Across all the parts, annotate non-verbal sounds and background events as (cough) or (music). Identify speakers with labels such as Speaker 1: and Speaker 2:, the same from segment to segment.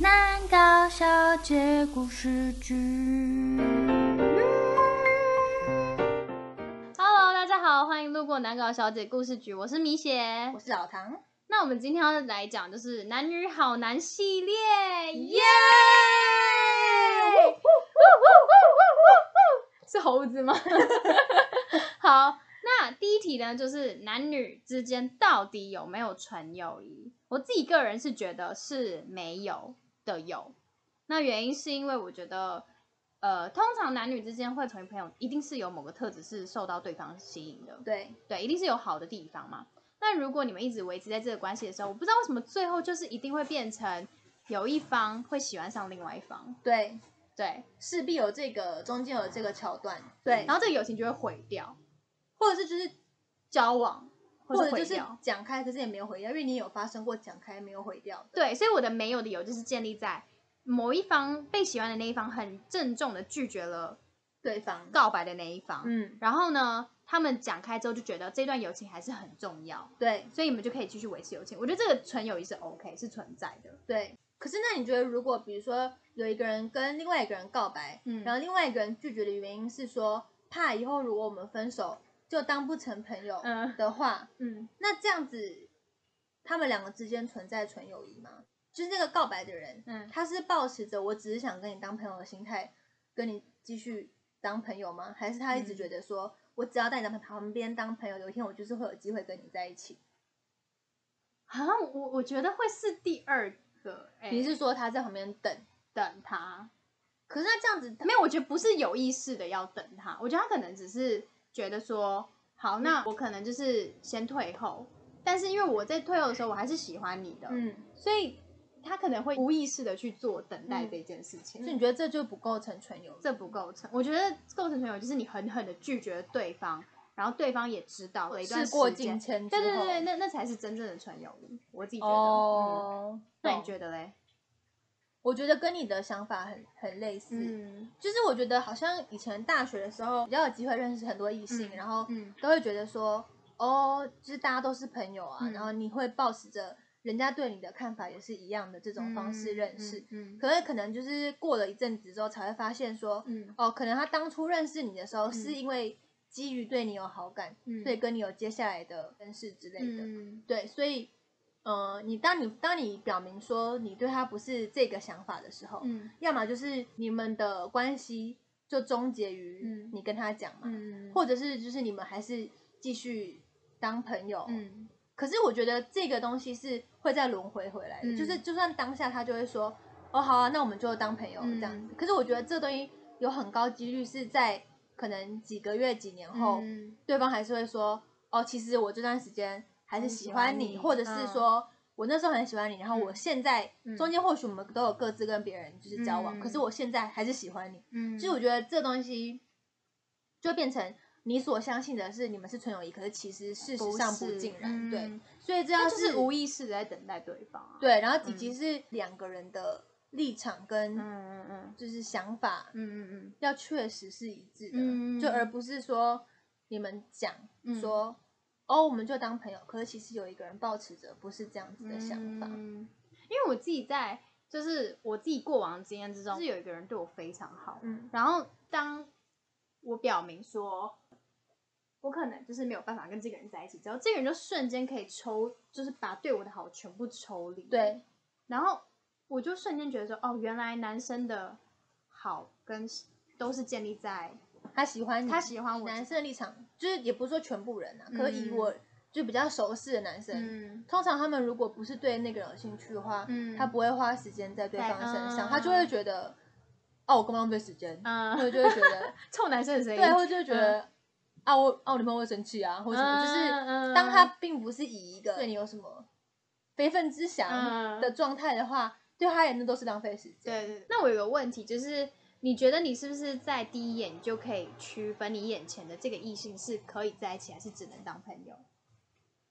Speaker 1: 难搞笑结故事剧。Hello，大家好，欢迎路过难搞小姐故事局，我是米雪
Speaker 2: 我。是老唐，
Speaker 1: 那我们今天要来讲就是男女好男系列，
Speaker 2: 嗯
Speaker 1: 耶、 (laughs) 是猴子吗？好，那第一题呢，就是男女之间到底有没有纯友谊？我自己个人是觉得是没有的有。那原因是因为我觉得，呃，通常男女之间会成为朋友，一定是有某个特质是受到对方吸引的，
Speaker 2: 对，
Speaker 1: 对，一定是有好的地方嘛。那如果你们一直维持在这个关系的时候，我不知道为什么最后就是一定会变成有一方会喜欢上另外一方，
Speaker 2: 对，
Speaker 1: 对，
Speaker 2: 势必有这个中间有这个桥段，然
Speaker 1: 然
Speaker 2: 后
Speaker 1: 后这个友情就会毁掉，
Speaker 2: 或者是就是
Speaker 1: 交往或
Speaker 2: 或
Speaker 1: 是
Speaker 2: 者
Speaker 1: 毁
Speaker 2: 就是
Speaker 1: 掉。
Speaker 2: 讲开，可是也没有毁掉，因为你有发生过讲开没有毁掉的，
Speaker 1: 对，所以我的没有的有就是建立在某一方被喜欢的那一方很郑重的拒绝了
Speaker 2: 对方，
Speaker 1: 告白的那一方，
Speaker 2: 嗯，
Speaker 1: 然后呢，他们讲开之后就觉得这段友情还是很重要，
Speaker 2: 对
Speaker 1: 所以你们就可以继续维持友情。我觉得这个纯友谊是 OK，是存在的。
Speaker 2: 对。可是那你觉得，如果比如说有一个人跟另外一个人告白，
Speaker 1: 嗯
Speaker 2: 然后另外一个人拒绝的原因是说怕以后如果我们分手就当不成朋友
Speaker 1: 嗯
Speaker 2: 的话，
Speaker 1: 嗯，
Speaker 2: 那这样子他们两个之间存在纯友谊吗？就是那个告白的人，
Speaker 1: 嗯
Speaker 2: 他是抱持着我只是想跟你当朋友的心态，跟你继续当朋友吗？还是他一直
Speaker 1: 嗯
Speaker 2: 觉得说、我只要在你的旁边当朋友，有一天我就是会有机会跟你在一起？
Speaker 1: 啊，我我觉得会是第二个，哎、
Speaker 2: 你是说他在旁边等？
Speaker 1: 等他？
Speaker 2: 可是他这样子，
Speaker 1: 没有，我觉得不是有意识的要等他，我觉得他可能只是觉得说，好，那我可能就是先退后，但是因为我在退后的时候，我还是喜欢你的，
Speaker 2: 嗯，
Speaker 1: 所以他可能会无意识的去做等待
Speaker 2: 嗯
Speaker 1: 这件事情，
Speaker 2: 所以你觉得这就不构成纯友谊？
Speaker 1: 这不构成。我觉得构成朋友就是你狠狠的拒绝对方，然后对方也知道了一段
Speaker 2: 事
Speaker 1: 时
Speaker 2: 过境
Speaker 1: 间，
Speaker 2: 迁之
Speaker 1: 对
Speaker 2: 后，
Speaker 1: 对对对，那那才是真正的纯友谊，我自己觉得。嗯，
Speaker 2: 哦，
Speaker 1: 那你
Speaker 2: 得？
Speaker 1: 觉得嘞？
Speaker 2: 我觉得跟你的想法很很类似，
Speaker 1: 嗯
Speaker 2: 就是我觉得好像以前大学的时候比较有机会认识很多异性，
Speaker 1: 嗯
Speaker 2: 然后
Speaker 1: 嗯
Speaker 2: 都会觉得说，哦，就是大家都是朋友啊，
Speaker 1: 嗯
Speaker 2: 然后你会保持着人家对你的看法也是一样的这种方式认识，
Speaker 1: 嗯
Speaker 2: 可是可能就是过了一阵子之后才会发现说，
Speaker 1: 嗯
Speaker 2: 哦，可能他当初认识你的时候是因为基于对你有好感，
Speaker 1: 嗯
Speaker 2: 所以跟你有接下来的认识之类的，
Speaker 1: 嗯
Speaker 2: 对，所以。呃，你当你当你表明说你对他不是这个想法的时候，
Speaker 1: 嗯
Speaker 2: 要么就是你们的关系就终结于
Speaker 1: 嗯
Speaker 2: 你跟他讲嘛，
Speaker 1: 嗯，
Speaker 2: 或者是就是你们还是继续当朋友。
Speaker 1: 嗯
Speaker 2: 可是我觉得这个东西是会再轮回回来的，
Speaker 1: 嗯
Speaker 2: 就是就算当下他就会说，哦好啊，那我们就当朋友、
Speaker 1: 嗯
Speaker 2: 这样子。可是我觉得这东西有很高几率是在可能几个月、几年后，
Speaker 1: 嗯
Speaker 2: 对方还是会说，哦，其实我这段时间还是
Speaker 1: 很
Speaker 2: 喜
Speaker 1: 喜
Speaker 2: 欢
Speaker 1: 欢
Speaker 2: 你，
Speaker 1: 你
Speaker 2: 或者是
Speaker 1: 嗯
Speaker 2: 说、我那时候很喜欢你，然后我
Speaker 1: 嗯
Speaker 2: 现在、
Speaker 1: 嗯
Speaker 2: 中间或许我们都有各自跟别人就是交往，
Speaker 1: 嗯
Speaker 2: 可是我现在还是喜欢你。
Speaker 1: 嗯，
Speaker 2: 其实我觉得这东西就变成你所相信的是你们是纯友谊，可是其实事实上不
Speaker 1: 是
Speaker 2: 尽然。
Speaker 1: 嗯
Speaker 2: 对，所以这
Speaker 1: 他
Speaker 2: 要
Speaker 1: 就是无意识的在等待对方啊。
Speaker 2: 对，然后以
Speaker 1: 嗯
Speaker 2: 及是两个人的立场
Speaker 1: 嗯，
Speaker 2: 跟
Speaker 1: 嗯嗯
Speaker 2: 就是想法
Speaker 1: 嗯嗯
Speaker 2: 要确实是一致的，
Speaker 1: 嗯
Speaker 2: 就而不是说你们讲
Speaker 1: 嗯
Speaker 2: 说、哦，我们就当朋友，可是其实有一个人抱持着不是这样子
Speaker 1: 嗯
Speaker 2: 的想法，
Speaker 1: 嗯因为我自己在就是我自己过往的经验之中，是有一个人对我非常好，
Speaker 2: 嗯
Speaker 1: 然后当我表明说。我可能就是没有办法跟这个人在一起，之后这个人就瞬间可以抽，就是把对我的好全部抽离。，
Speaker 2: 对，
Speaker 1: 然后我就瞬间觉得说，哦，原来男生的好跟都是建立在
Speaker 2: 他喜欢你，
Speaker 1: 他喜欢我，
Speaker 2: 男生的立场就是也不是说全部人啊，可是以
Speaker 1: 嗯
Speaker 2: 我就比较熟识的男生。
Speaker 1: 嗯
Speaker 2: 通常他们如果不是对那个人有兴趣的话，
Speaker 1: 嗯
Speaker 2: 他不会花时间在对嗯方身上，
Speaker 1: 对
Speaker 2: 他就会觉得，哦，我干嘛浪费时间？或者
Speaker 1: 嗯，
Speaker 2: 就会觉得，
Speaker 1: (laughs) 臭男生的声音，
Speaker 2: (laughs) 对，或者就会觉得，啊，我啊，我女朋友会生气啊，或者什么，就是
Speaker 1: 是
Speaker 2: 当他并不是以一个嗯对你有什么非分之想
Speaker 1: 嗯
Speaker 2: 的状态的话，对他也那都是浪费时间。
Speaker 1: 对对，那我有个问题，就是你觉得你是不是在第一眼就可以区分你眼前的这个异性是可以在一起，还是只能当朋友？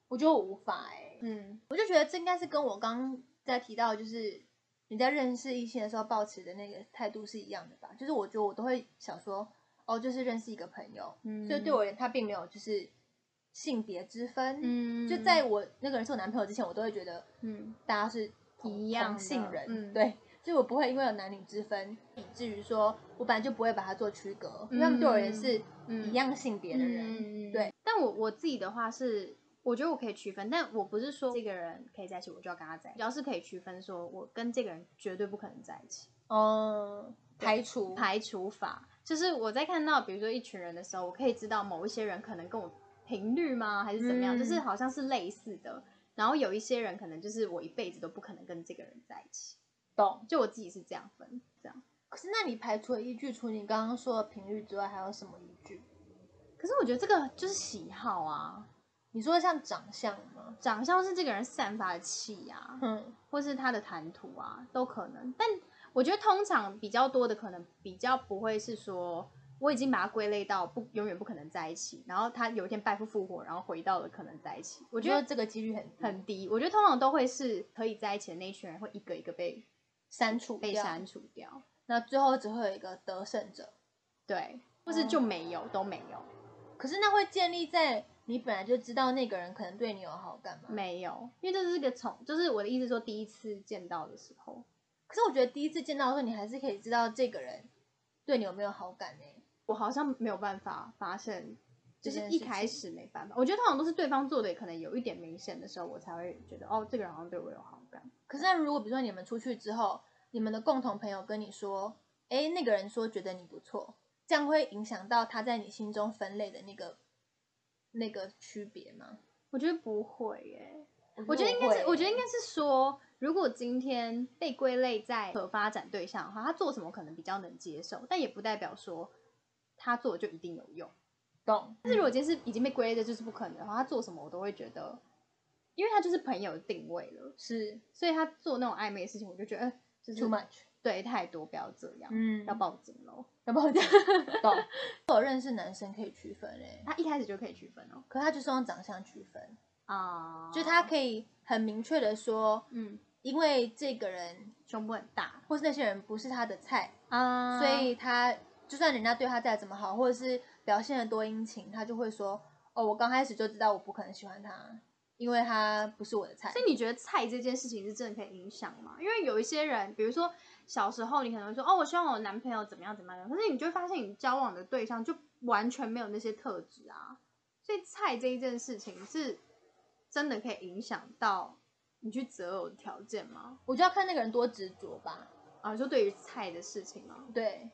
Speaker 2: 我觉得我无法哎、
Speaker 1: 嗯
Speaker 2: 我就觉得这应该是跟我刚刚在提到，就是你在认识异性的时候抱持的那个态度是一样的吧？就是我觉得我都会想说，哦，就是认识一个朋友，
Speaker 1: 嗯
Speaker 2: 所以对我而言，他并没有就是性别之分。
Speaker 1: 嗯，
Speaker 2: 就在我那个人是我男朋友之前，我都会觉得
Speaker 1: 嗯
Speaker 2: 大家是同
Speaker 1: 一样的
Speaker 2: 同性人，
Speaker 1: 嗯
Speaker 2: 对，就我不会因为有男女之分，以至于说我本来就不会把它做区隔，因为他们对我而言是一样性别的人。
Speaker 1: 嗯，
Speaker 2: 对。
Speaker 1: 但我我自己的话是，我觉得我可以区分，但我不是说这个人可以在一起，我就要跟他在一起，主要是可以区分，说我跟这个人绝对不可能在一起。
Speaker 2: 哦，
Speaker 1: 嗯
Speaker 2: 排除
Speaker 1: 排除法就是我在看到比如说一群人的时候，我可以知道某一些人可能跟我频率吗，还是怎么样，
Speaker 2: 嗯
Speaker 1: 就是好像是类似的。然后有一些人可能就是我一辈子都不可能跟这个人在一起，
Speaker 2: 懂。
Speaker 1: 就我自己是这样分，这样。
Speaker 2: 可是那你排除的依据，除你刚刚说的频率之外，还有什么依据？
Speaker 1: 可是我觉得这个就是喜好啊，
Speaker 2: 你说像长相吗？
Speaker 1: 长相是这个人散发的气啊，
Speaker 2: 嗯，
Speaker 1: 或是他的谈吐啊，都可能。但我觉得通常比较多的可能比较不会是说我已经把它归类到不永远不可能在一起，然后他有一天拜父复活，然后回到了可能在一起。我
Speaker 2: 我
Speaker 1: 觉
Speaker 2: 觉得
Speaker 1: 得
Speaker 2: 这个几率很低
Speaker 1: 很低。我觉得通常都会是可以在一起的那一群人会一个一个被
Speaker 2: 删除
Speaker 1: 被
Speaker 2: 掉，
Speaker 1: 删除掉，
Speaker 2: 那最后只会有一个得胜者。
Speaker 1: 对，或是
Speaker 2: 哦
Speaker 1: 就没有都没有
Speaker 2: 可是那会建立在你本来就知道那个人可能对你有好感吗？
Speaker 1: 没有，因为这是个从就是我的意思说第一次见到的时候，
Speaker 2: 可是我觉得第一次见到的时候，你还是可以知道这个人对你有没有好感呢、欸
Speaker 1: 我好像没有办法发现，就
Speaker 2: 这
Speaker 1: 是
Speaker 2: 件
Speaker 1: 一
Speaker 2: 事
Speaker 1: 开始没办法。我觉得通常都是对方做的可能有一点明显的时候，我才会觉得哦，这个人好像对我有好感。
Speaker 2: 可是那如果比如说你们出去之后，你们的共同朋友跟你说，哎，那个人说觉得你不错，这样会影响到他在你心中分类的那个那个区别吗？
Speaker 1: 我觉得不会耶，我觉得应该
Speaker 2: 会
Speaker 1: 是，我觉得应该是说，如果今天被归类在可发展对象的话，他做什么可能比较能接受，但也不代表说他做就一定有用。
Speaker 2: 懂，
Speaker 1: 但是如果今天是已经被归类的就是不可能的话，他做什么我都会觉得，因为他就是朋友的定位了，
Speaker 2: 是
Speaker 1: 所以他做那种暧昧的事情，我就觉得呃就是
Speaker 2: too much，
Speaker 1: 对太多，不要这样。
Speaker 2: 嗯
Speaker 1: 要报警喽。
Speaker 2: 要不要讲？
Speaker 1: (laughs)
Speaker 2: 懂，我认识男生可以区分诶、
Speaker 1: 他一开始就可以区分哦。
Speaker 2: 可他就是用长相区分，
Speaker 1: 啊
Speaker 2: 就他可以很明确的说，
Speaker 1: 嗯，
Speaker 2: 因为这个人
Speaker 1: 胸部很大
Speaker 2: 或是那些人不是他的菜，
Speaker 1: 啊
Speaker 2: 所以他就算人家对他再怎么好，或者是表现的多殷勤，他就会说：“哦，我刚开始就知道我不可能喜欢他，因为他不是我的菜。
Speaker 1: 所以你觉得菜这件事情是真的可以影响吗？因为有一些人，比如说小时候你可能会说哦，我希望我男朋友怎么样怎么样，可是你就会发现你交往的对象就完全没有那些特质啊。所以菜这一件事情是真的可以影响到你去择偶的条件吗？”
Speaker 2: 我就要看那个人多执着吧。
Speaker 1: 啊，你说对于菜的事情吗？
Speaker 2: 对，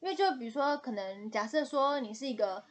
Speaker 2: 因为就比如说，可能假设说你是一个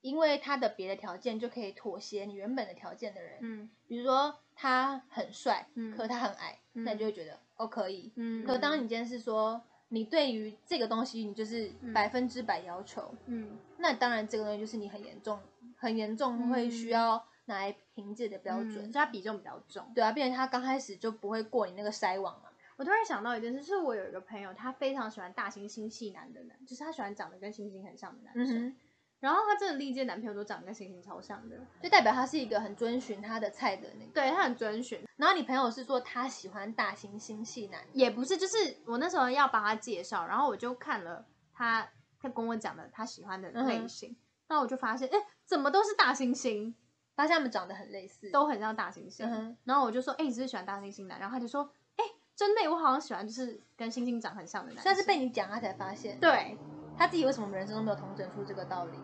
Speaker 2: 因为他的别的条件就可以妥协你原本的条件的人，
Speaker 1: 嗯
Speaker 2: 比如说他很帅，
Speaker 1: 嗯
Speaker 2: 可他很矮，那
Speaker 1: 嗯
Speaker 2: 你就会觉得哦可以。
Speaker 1: 嗯
Speaker 2: 可当你今天是说你对于这个东西你就是
Speaker 1: 嗯
Speaker 2: 百分之百要求，
Speaker 1: 嗯
Speaker 2: 那当然，这个东西就是你很严重、很严重会
Speaker 1: 嗯
Speaker 2: 需要拿来凭借的标
Speaker 1: 标准，
Speaker 2: 准。
Speaker 1: 就它比重比较重。
Speaker 2: 对啊，变成他刚开始就不会过你那个筛网嘛。
Speaker 1: 我突然想到一件事，是我有一个朋友，他非常喜欢大猩猩系男的男，就是他喜欢长得跟猩猩很像的男
Speaker 2: 嗯
Speaker 1: 生。
Speaker 2: 哼，
Speaker 1: 然后他真的历届男朋友都长得跟猩猩超像的，
Speaker 2: 就代表他是一个很遵循他的菜的那个。
Speaker 1: 对他很遵循，
Speaker 2: 然后你朋友是说他喜欢大猩猩系男，
Speaker 1: 也不是就是我那时候要帮他介绍，然后我就看了他他跟我讲的他喜欢的
Speaker 2: 嗯
Speaker 1: 类型，那、我就发现，哎，怎么都是大猩猩，
Speaker 2: 发现他们长得很类似。
Speaker 1: 都很像大猩猩。
Speaker 2: 嗯哼
Speaker 1: 然后我就说，哎，你是不是喜欢大猩猩男？然后他就说，哎，真的耶，我好像喜欢就是跟猩猩长很像的男生。
Speaker 2: 但是被你讲，他才发现，
Speaker 1: 对，
Speaker 2: 他自己为什么人生都没有统整出这个道理？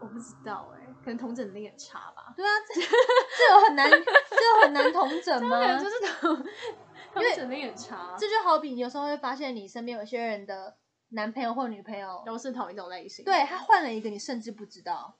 Speaker 1: 我不知道哎，可能同整能力很差吧。
Speaker 2: 对啊，这 (laughs) 这有很难，这有很难统整
Speaker 1: (laughs) 当然
Speaker 2: 吗？
Speaker 1: 就是同，
Speaker 2: 因
Speaker 1: 因
Speaker 2: 为
Speaker 1: 为整的眼差，
Speaker 2: 这就好比你有时候会发现你身边有些人的男朋友或女朋友，
Speaker 1: 都是同一种类型。
Speaker 2: 对他换了一个你甚至不知道。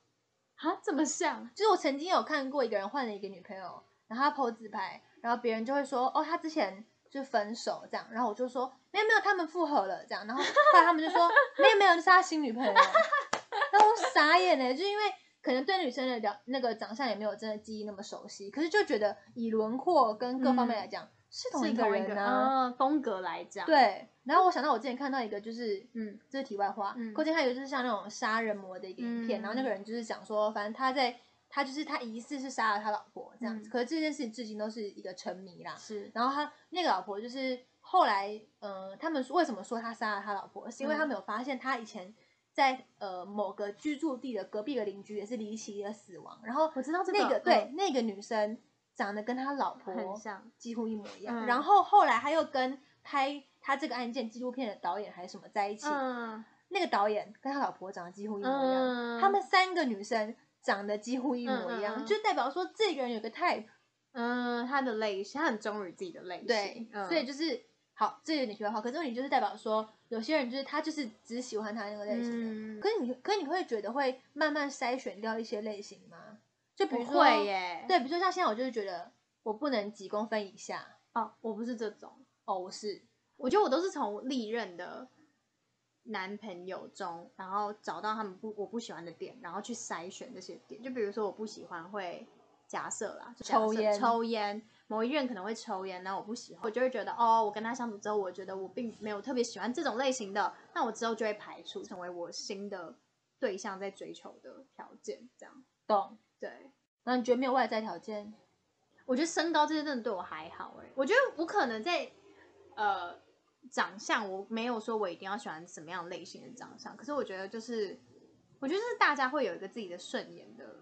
Speaker 1: 啊，这么像，
Speaker 2: 就是我曾经有看过一个人换了一个女朋友，然后他 PO 自拍，然后别人就会说，哦，他之前就分手这样，然后我就说，没有没有，他们复合了这样，然后后来他们就说，没有没有，这是他新女朋友，然后我傻眼呢，就因为可能对女生的了那个长相也没有真的记忆那么熟悉，可是就觉得以轮廓跟各方面来讲、是嗯同一
Speaker 1: 是
Speaker 2: 个
Speaker 1: 同一
Speaker 2: 人
Speaker 1: 个
Speaker 2: 啊，
Speaker 1: 嗯风格来讲，，
Speaker 2: 对。然后我想到我之前看到一个就是
Speaker 1: 嗯
Speaker 2: 这是题外话。
Speaker 1: 嗯
Speaker 2: 嗯，郭靖还有就是像那种杀人魔的一个影片，
Speaker 1: 嗯
Speaker 2: 然后那个人就是讲说，反正他在他就是他疑似是杀了他老婆这样子，
Speaker 1: 嗯
Speaker 2: 可是这件事情至今都是一个沉迷啦。
Speaker 1: 是，
Speaker 2: 然后他那个老婆就是后来，呃，他们说为什么说他杀了他老婆，是因为
Speaker 1: 嗯
Speaker 2: 他们有发现他以前在呃某个居住地的隔壁的邻居也是离奇的死亡，然后
Speaker 1: 我知道这
Speaker 2: 那
Speaker 1: 个嗯
Speaker 2: 个对那个女生长得跟他老婆
Speaker 1: 很像，
Speaker 2: 几乎一模一样。
Speaker 1: 嗯
Speaker 2: 然后后来他又跟拍他这个案件纪录片的导演还是什么在一起，
Speaker 1: 嗯
Speaker 2: 那个导演跟他老婆长得几乎一模一样，
Speaker 1: 嗯，
Speaker 2: 他们三个女生长得几乎一模一样，
Speaker 1: 嗯嗯嗯
Speaker 2: 就代表说这个人有个 type，
Speaker 1: 嗯他的类型，他很忠于自己的类型，
Speaker 2: 对，
Speaker 1: 嗯
Speaker 2: 所以就是好，这有点题外话，可是问题就是代表说有些人就是他就是只喜欢他那个类型的，
Speaker 1: 嗯，
Speaker 2: 可是你可是你会觉得会慢慢筛选掉一些类型吗？就比
Speaker 1: 不
Speaker 2: 如说，
Speaker 1: 会耶，
Speaker 2: 对，比如说像现在我就是觉得我不能几公分以下，
Speaker 1: 哦，我不是这种，
Speaker 2: 哦，我是
Speaker 1: 我觉得我都是从历任的男朋友中，然后找到他们不我不喜欢的点，然后去筛选这些点。就比如说我不喜欢会假设啦，就假设
Speaker 2: 抽烟
Speaker 1: 抽烟。某一任可能会抽烟，然后我不喜欢，我就会觉得哦，我跟他相处之后，我觉得我并没有特别喜欢这种类型的，那我之后就会排除，成为我新的对象在追求的条件。这样，
Speaker 2: 懂，
Speaker 1: 对
Speaker 2: 然后你觉得没有外在条件，
Speaker 1: 我觉得身高这些真的对我还好哎、我觉得我可能在呃长相，我没有说我一定要喜欢什么样类型的长相，可是我觉得就是，我觉得是大家会有一个自己的顺眼的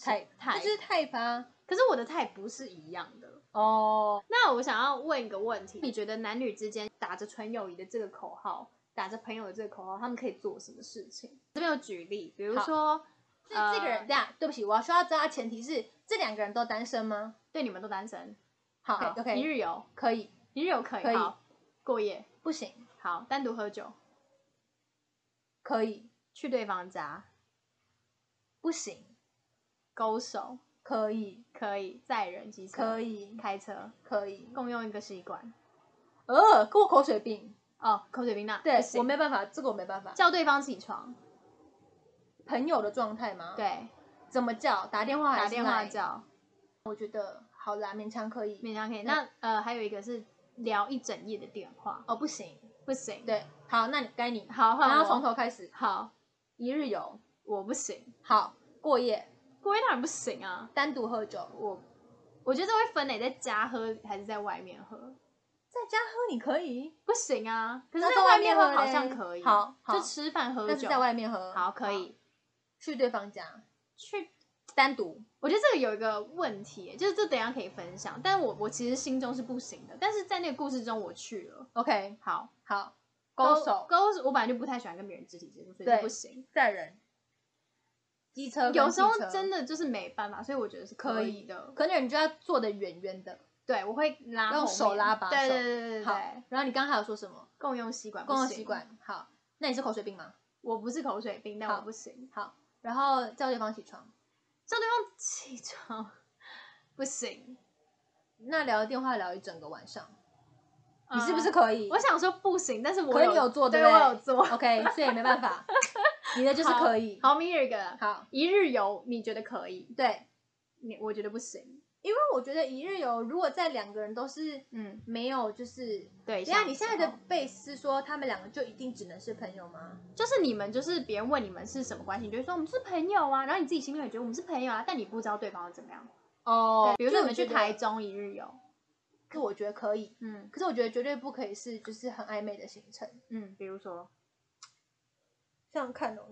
Speaker 2: 太
Speaker 1: 态
Speaker 2: 那就，是 type 啊，
Speaker 1: 可是我的态不是一样的。
Speaker 2: 哦，
Speaker 1: 那我想要问一个问题，你觉得男女之间打着纯友谊的这个口号，打着朋友的这个口号，他们可以做什么事情？这边有举例，比如
Speaker 2: 好
Speaker 1: 说
Speaker 2: 这这个人，
Speaker 1: 呃
Speaker 2: 等一下，对不起，我要需要知道他啊前提是这两个人都单身吗？
Speaker 1: 对你们都单身，
Speaker 2: 好
Speaker 1: 好一
Speaker 2: ，OK，
Speaker 1: 日游，
Speaker 2: 可以，
Speaker 1: 一日游可以，
Speaker 2: 可以
Speaker 1: 好过夜，
Speaker 2: 不行，
Speaker 1: 好单独喝酒，
Speaker 2: 可以，
Speaker 1: 去对方家
Speaker 2: 不行，
Speaker 1: 勾手，
Speaker 2: 可以，
Speaker 1: 可以载人机车，
Speaker 2: 可以，
Speaker 1: 开车，
Speaker 2: 可以，
Speaker 1: 共用一个吸管。
Speaker 2: 呃，给我口水病，
Speaker 1: 哦，口水冰那
Speaker 2: 对
Speaker 1: 不行
Speaker 2: 我没办法，这个我没办法。
Speaker 1: 叫对方起床，
Speaker 2: 朋友的状态吗？，
Speaker 1: 对，
Speaker 2: 怎么叫？打电话还是
Speaker 1: 打电话
Speaker 2: Line？
Speaker 1: 叫，
Speaker 2: 我觉得好啦，勉强可以。
Speaker 1: 勉强可以。那呃，还有一个是聊一整夜的电话，
Speaker 2: 哦，不行，
Speaker 1: 不行。，
Speaker 2: 对，好，那你该你，
Speaker 1: 好，换
Speaker 2: 然后
Speaker 1: 我
Speaker 2: 从头开始，
Speaker 1: 好，
Speaker 2: 一日游，
Speaker 1: 我不行，
Speaker 2: 好，过夜，
Speaker 1: 过夜当然不行啊。
Speaker 2: 单独喝酒，
Speaker 1: 我我觉得这会分诶，在家喝还是在外面喝，
Speaker 2: 在家喝你可以，
Speaker 1: 不行啊。可是
Speaker 2: 那
Speaker 1: 在
Speaker 2: 在
Speaker 1: 外
Speaker 2: 外
Speaker 1: 面
Speaker 2: 面
Speaker 1: 喝
Speaker 2: 喝
Speaker 1: 好
Speaker 2: 嘞
Speaker 1: 像可以，
Speaker 2: 好好
Speaker 1: 就吃饭喝
Speaker 2: 但是
Speaker 1: 酒
Speaker 2: 在外面喝，
Speaker 1: 好可，以
Speaker 2: 去对方家，
Speaker 1: 去
Speaker 2: 单独，
Speaker 1: 我觉得这个有一个问题，就是这等一下可以分享，但我我其实心中是不行的，但是在那个故事中我去了。
Speaker 2: OK，
Speaker 1: 好，
Speaker 2: 好，勾手，
Speaker 1: 勾手，我本来就不太喜欢跟别人肢体接触，所以就
Speaker 2: 对
Speaker 1: 不行。
Speaker 2: 载人，机车，
Speaker 1: 有时候真
Speaker 2: 的，
Speaker 1: 的就是没办法，所以我觉得是
Speaker 2: 可以
Speaker 1: 以的。
Speaker 2: 可能你就要坐的远远的，
Speaker 1: 对，我会拉
Speaker 2: 用
Speaker 1: 后面
Speaker 2: 手拉把
Speaker 1: 对
Speaker 2: 手
Speaker 1: 对对对对
Speaker 2: 好
Speaker 1: 对，
Speaker 2: 然后你刚刚还有说什么？
Speaker 1: 共用吸管，
Speaker 2: 共用习，惯，好，那你是口水病吗？
Speaker 1: 我不是口水病，但
Speaker 2: 好
Speaker 1: 我不行，
Speaker 2: 好，然后叫对方起床。
Speaker 1: 叫对方起床不行。
Speaker 2: 那聊电话聊一整个晚上，你
Speaker 1: 嗯
Speaker 2: 是不是？可以？
Speaker 1: 我想说不行，但是我
Speaker 2: 可以有做
Speaker 1: 对，
Speaker 2: 对不对
Speaker 1: 我有做。
Speaker 2: OK，所以也没办 (laughs) 法，你的就是
Speaker 1: 好
Speaker 2: 可以。
Speaker 1: 好，我们一人一个了。
Speaker 2: 好，
Speaker 1: 一日游你觉得可以？
Speaker 2: 对，
Speaker 1: 你我觉得不行。
Speaker 2: 因为我觉得一日游，如果在两个人都是
Speaker 1: 嗯，
Speaker 2: 没有就是，
Speaker 1: 对。
Speaker 2: 等一下
Speaker 1: 像
Speaker 2: 你现在的 base 是说他们两个就一定只能是朋友吗？
Speaker 1: 就是你们就是别人问你们是什么关系，你就会说我们是朋友啊，然后你自己心里也觉得我们是朋友啊，但你不知道对方是怎么样。
Speaker 2: 哦
Speaker 1: 对，比如说你们去台
Speaker 2: 中，
Speaker 1: 中一日游，
Speaker 2: 这我觉得可以，
Speaker 1: 嗯
Speaker 2: 可是我觉得绝对不可以是就是很暧昧的行程，
Speaker 1: 嗯，比如说，
Speaker 2: 像看哦，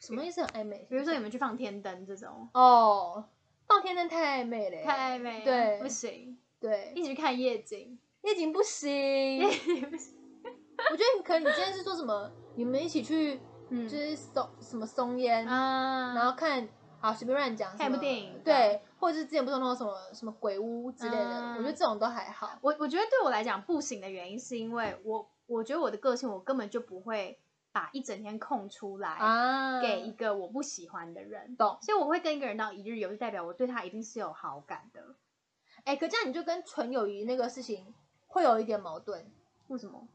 Speaker 2: 什么意思很暧昧？
Speaker 1: 比如说你们去放天灯这种，
Speaker 2: 哦，放天灯太暧昧了耶，
Speaker 1: 太暧昧了，
Speaker 2: 对
Speaker 1: 不行，
Speaker 2: 对，嗯
Speaker 1: 一起去看夜景，
Speaker 2: 夜景不行，
Speaker 1: 夜景不行，
Speaker 2: (laughs) 我觉得你可能你今天是说什么？你们一起去就
Speaker 1: 嗯
Speaker 2: 是松什么松烟，
Speaker 1: 啊，
Speaker 2: 然后看好随便乱讲什么，
Speaker 1: 看一部电影这
Speaker 2: 对，或者是之前不是有那种什么什么鬼屋之类的，
Speaker 1: 嗯
Speaker 2: 我觉得这种都还好。
Speaker 1: 我我觉得对我来讲不行的原因是因为我我觉得我的个性我根本就不会把一整天空出来
Speaker 2: 啊
Speaker 1: 给一个我不喜欢的人，
Speaker 2: 懂，
Speaker 1: 所以我会跟一个人到一日游，就代表我对他一定是有好感的。
Speaker 2: 哎、可这样你就跟纯友谊那个事情会有一点矛盾。
Speaker 1: 为什么？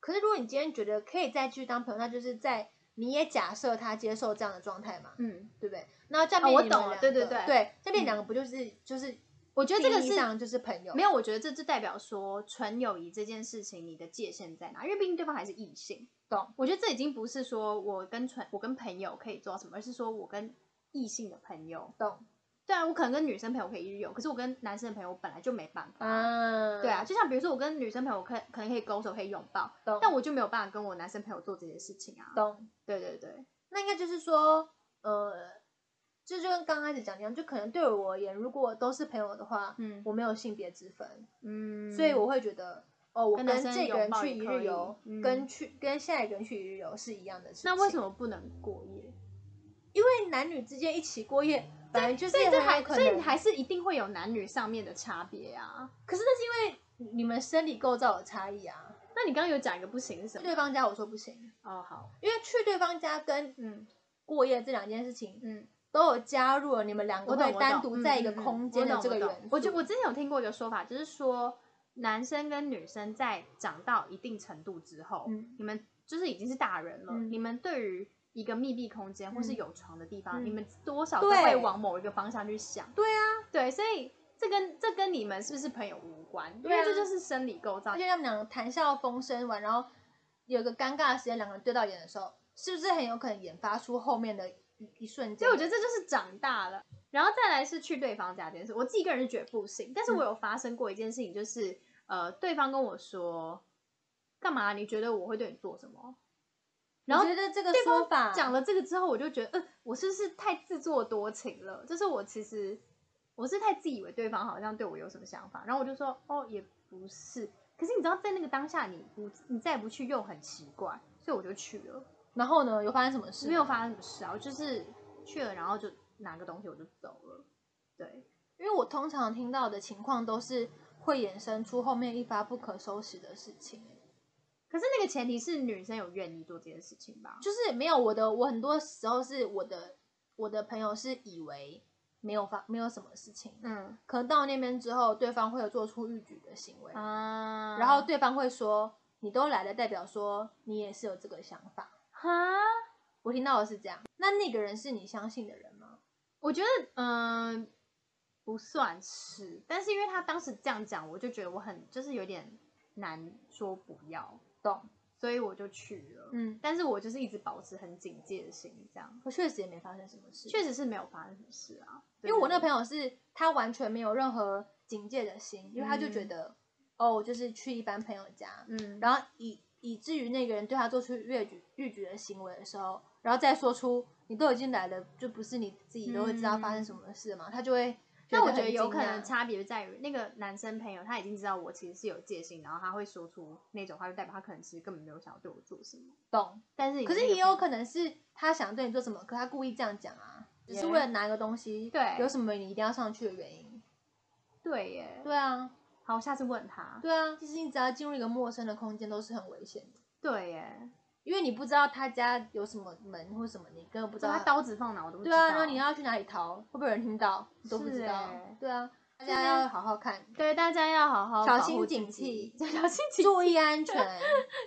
Speaker 2: 可是如果你今天觉得可以再继续当朋友，那就是在你也假设他接受这样的状态嘛，
Speaker 1: 嗯，
Speaker 2: 对不对？那这样
Speaker 1: 哦
Speaker 2: 变
Speaker 1: 我
Speaker 2: 你们
Speaker 1: 懂了
Speaker 2: 两
Speaker 1: 对对
Speaker 2: 个
Speaker 1: 对
Speaker 2: 对，这
Speaker 1: 嗯
Speaker 2: 边两个不就是、就是
Speaker 1: 我觉得这个
Speaker 2: 定义
Speaker 1: 是
Speaker 2: 上就是朋友，
Speaker 1: 没
Speaker 2: 有
Speaker 1: 有，我觉得这就代表说纯友谊这件事情，你的界限在哪？因为毕竟对方还是异性。
Speaker 2: 懂
Speaker 1: 我觉得这已经不是说我跟纯我跟朋友可以做到什么，而是说我跟异性的朋友。
Speaker 2: 懂
Speaker 1: 对啊，我可能跟女生朋友可以一日游，可是我跟男生的朋友我本来就没办法。
Speaker 2: 啊
Speaker 1: 对啊，，就像比如说我跟女生朋友可可能可以勾手，可以拥抱，
Speaker 2: 懂
Speaker 1: 但我就没有办法跟我男生朋友做这些事情啊。
Speaker 2: 懂。
Speaker 1: 对对对，
Speaker 2: 那应该就是说，呃，这就跟刚开始讲的一样，就可能对我而言，如果都是朋友的话，
Speaker 1: 嗯
Speaker 2: 我没有性别之分，
Speaker 1: 嗯，
Speaker 2: 所以我会觉得，哦，我
Speaker 1: 跟
Speaker 2: 跟
Speaker 1: 男生
Speaker 2: 这个
Speaker 1: 拥
Speaker 2: 人
Speaker 1: 抱
Speaker 2: 去
Speaker 1: 也
Speaker 2: 一
Speaker 1: 可
Speaker 2: 日
Speaker 1: 以
Speaker 2: 游，
Speaker 1: 嗯
Speaker 2: 跟去跟下一个人去一日游是一样的事情。
Speaker 1: 那为什？么不能过夜？
Speaker 2: 因为男女之间一起过夜，本来就是
Speaker 1: 所以这
Speaker 2: 很
Speaker 1: 还
Speaker 2: 有可
Speaker 1: 所以
Speaker 2: 能。
Speaker 1: 还是一定会有男女上面的差别啊。
Speaker 2: 可是那是因为你们生理构造有差异啊。
Speaker 1: 那你刚刚有讲一个不行是什
Speaker 2: 去
Speaker 1: 么？
Speaker 2: 对方家我说不行，
Speaker 1: 哦，好，
Speaker 2: 因为去对方家跟
Speaker 1: 嗯
Speaker 2: 过夜这两件事情
Speaker 1: 嗯，
Speaker 2: 都有加入了你们两个
Speaker 1: 我懂
Speaker 2: 会
Speaker 1: 我懂
Speaker 2: 单独
Speaker 1: 嗯
Speaker 2: 在一个
Speaker 1: 嗯嗯
Speaker 2: 空
Speaker 1: 我
Speaker 2: 间的
Speaker 1: 懂
Speaker 2: 这个
Speaker 1: 我
Speaker 2: 元
Speaker 1: 懂
Speaker 2: 素。
Speaker 1: 我就我之前有听过一个说法，就是说男生跟女生在长到一定程度之后，
Speaker 2: 嗯
Speaker 1: 你们就是已经是大人了，
Speaker 2: 嗯
Speaker 1: 你们对于一个密闭空间或是
Speaker 2: 嗯
Speaker 1: 有床的地方，
Speaker 2: 嗯
Speaker 1: 你们多少都
Speaker 2: 对
Speaker 1: 会往某一个方向去想。
Speaker 2: 对啊，
Speaker 1: 对，所以这跟这跟你们是不是朋友无关，因
Speaker 2: 对
Speaker 1: 为
Speaker 2: 啊
Speaker 1: 这就是生理构造
Speaker 2: 而。且他们两个谈笑风生完，然后有一个尴尬的时间，两个人对到眼的时候，是不是很有可能引发出后面的一一瞬
Speaker 1: 所
Speaker 2: 间？
Speaker 1: 以我觉得这就是长大了。然后再来是去对方家这件事，我自己个人是觉得不行。但
Speaker 2: 嗯
Speaker 1: 是我有发生过一件事情，就是、呃，对方跟我说，干嘛？你觉得我会对你做什么？然后
Speaker 2: 我觉得这个
Speaker 1: 对
Speaker 2: 说
Speaker 1: 方
Speaker 2: 法
Speaker 1: 讲了这个之后，我就觉得，呃，我是不是太自作多情了？就是我其实我是太自以为对方好像对我有什么想法，然后我就说，哦，也不是。可是你知道，在那个当下你，不你再不去又很奇怪，所以我就去了。
Speaker 2: 然后呢，有发生什么事？
Speaker 1: 没有，发生什么事啊，我就是去了，然后就拿个东西我就走了。对，
Speaker 2: 因为我通常听到的情况都是会衍生出后面一发不可收拾的事情，
Speaker 1: 可是那个前提是女生有愿意做这件事情吧？
Speaker 2: 就是没有我的，我很多时候是我的我的朋友是以为没有发没有什么事情，
Speaker 1: 嗯
Speaker 2: 可能到那边之后，对方会有做出逾矩的行为，
Speaker 1: 啊，
Speaker 2: 然后对方会说你都来了，代表说你也是有这个想法。
Speaker 1: 哈，
Speaker 2: 我听到的是这样，那那个人是你相信的人吗？
Speaker 1: 我觉得嗯、不算是，但是因为他当时这样讲，我就觉得我很就是有点难说不要，
Speaker 2: 懂，
Speaker 1: 所以我就去了。
Speaker 2: 嗯，
Speaker 1: 但是我就是一直保持很警戒的心，这样
Speaker 2: 我确实也没发生什么事，
Speaker 1: 确实是没有发生什么事啊。
Speaker 2: 因为我那
Speaker 1: 对
Speaker 2: 朋友是他完全没有任何警戒的心，因为他就觉得、哦，我就是去一般朋友家，
Speaker 1: 嗯，
Speaker 2: 然后以以至于那个人对他做出越矩越矩的行为的时候，然后再说出你都已经来了，就不是你自己都会知道发生什么事嘛，他就会
Speaker 1: 但嗯我觉
Speaker 2: 觉很
Speaker 1: 得有
Speaker 2: 惊
Speaker 1: 可能
Speaker 2: 讶
Speaker 1: 差别在于，那个男生朋友他已经知道我其实是有戒心，然后他会说出那种话，就代表他可能其实根本没有想要对我做什么。
Speaker 2: 懂，
Speaker 1: 但是
Speaker 2: 可是也有
Speaker 1: 能
Speaker 2: 可能是他想对你做什么，可他故意这样讲啊，只是
Speaker 1: 也
Speaker 2: 为了拿一个东西，
Speaker 1: 对
Speaker 2: 有什么你一定要上去的原因。
Speaker 1: 对耶。
Speaker 2: 对啊，
Speaker 1: 好，我下次问他。
Speaker 2: 对啊，其实你只要进入一个陌生的空间都是很危险的，
Speaker 1: 对耶，
Speaker 2: 因为你不知道他家有什么门或什么，你根本不
Speaker 1: 不
Speaker 2: 知
Speaker 1: 知道
Speaker 2: 道
Speaker 1: 他
Speaker 2: 他。
Speaker 1: 刀子放哪我都不知
Speaker 2: 啊对
Speaker 1: 道。
Speaker 2: 啊，然后你要去哪里逃，会不会有人听到，你都不
Speaker 1: 是
Speaker 2: 知道
Speaker 1: 欸。
Speaker 2: 对啊，大
Speaker 1: 就
Speaker 2: 家
Speaker 1: 是
Speaker 2: 要好好
Speaker 1: (laughs)
Speaker 2: 看，
Speaker 1: 对大家要好好
Speaker 2: 小
Speaker 1: 保
Speaker 2: 心
Speaker 1: 护
Speaker 2: 警
Speaker 1: 自己
Speaker 2: 惕
Speaker 1: 小心警惕。
Speaker 2: 注意安全，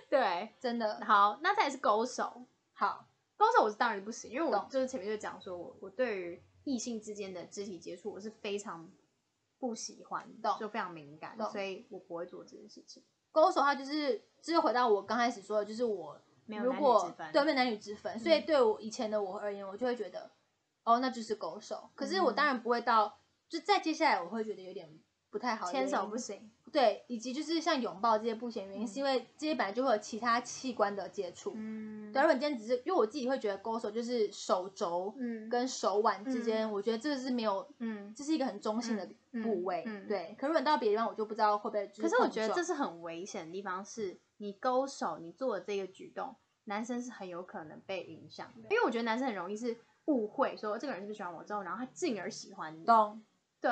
Speaker 1: 对，
Speaker 2: 真的
Speaker 1: 好，那再来是勾手，
Speaker 2: 好。
Speaker 1: 勾手我是当然不行，因为我
Speaker 2: 懂
Speaker 1: 就是前面就讲说我我对于异性之间的肢体接触我是非常不喜欢的，
Speaker 2: 懂
Speaker 1: 就非常敏感，
Speaker 2: 懂
Speaker 1: 所以我不会做这件事情。
Speaker 2: 勾手他就是，这就回到我刚开始说的，就是我
Speaker 1: 没有
Speaker 2: 如
Speaker 1: 男女
Speaker 2: 果
Speaker 1: 之分
Speaker 2: 对面男女之分，所以
Speaker 1: 嗯
Speaker 2: 对我以前的我而言，我就会觉得，哦，那就是勾手。可是我
Speaker 1: 嗯
Speaker 2: 当然不会到，就再接下来我会觉得有点不太好的
Speaker 1: 牵
Speaker 2: 原因，
Speaker 1: 手不行，
Speaker 2: 对，以及就是像拥抱这些不行的原因，
Speaker 1: 嗯
Speaker 2: 是因为这些本来就会有其他器官的接触。
Speaker 1: 嗯
Speaker 2: 对，如果你今天只是因为我自己会觉得勾手就是手肘
Speaker 1: 嗯
Speaker 2: 跟手腕之间，我觉得这个是没有，
Speaker 1: 嗯，
Speaker 2: 这是一个很中性的
Speaker 1: 嗯
Speaker 2: 部位。
Speaker 1: 嗯
Speaker 2: 对，可是如果你到别的地方，我就不知道会不会就
Speaker 1: 可是我
Speaker 2: 碰
Speaker 1: 觉得
Speaker 2: 撞
Speaker 1: 这是很危险的地方是，你勾手你做的这个举动，男生是很有可能被影响的，因为我觉得男生很容易是误会说这个人是不是喜欢我之后，然后他进而喜欢你，
Speaker 2: 懂
Speaker 1: 对，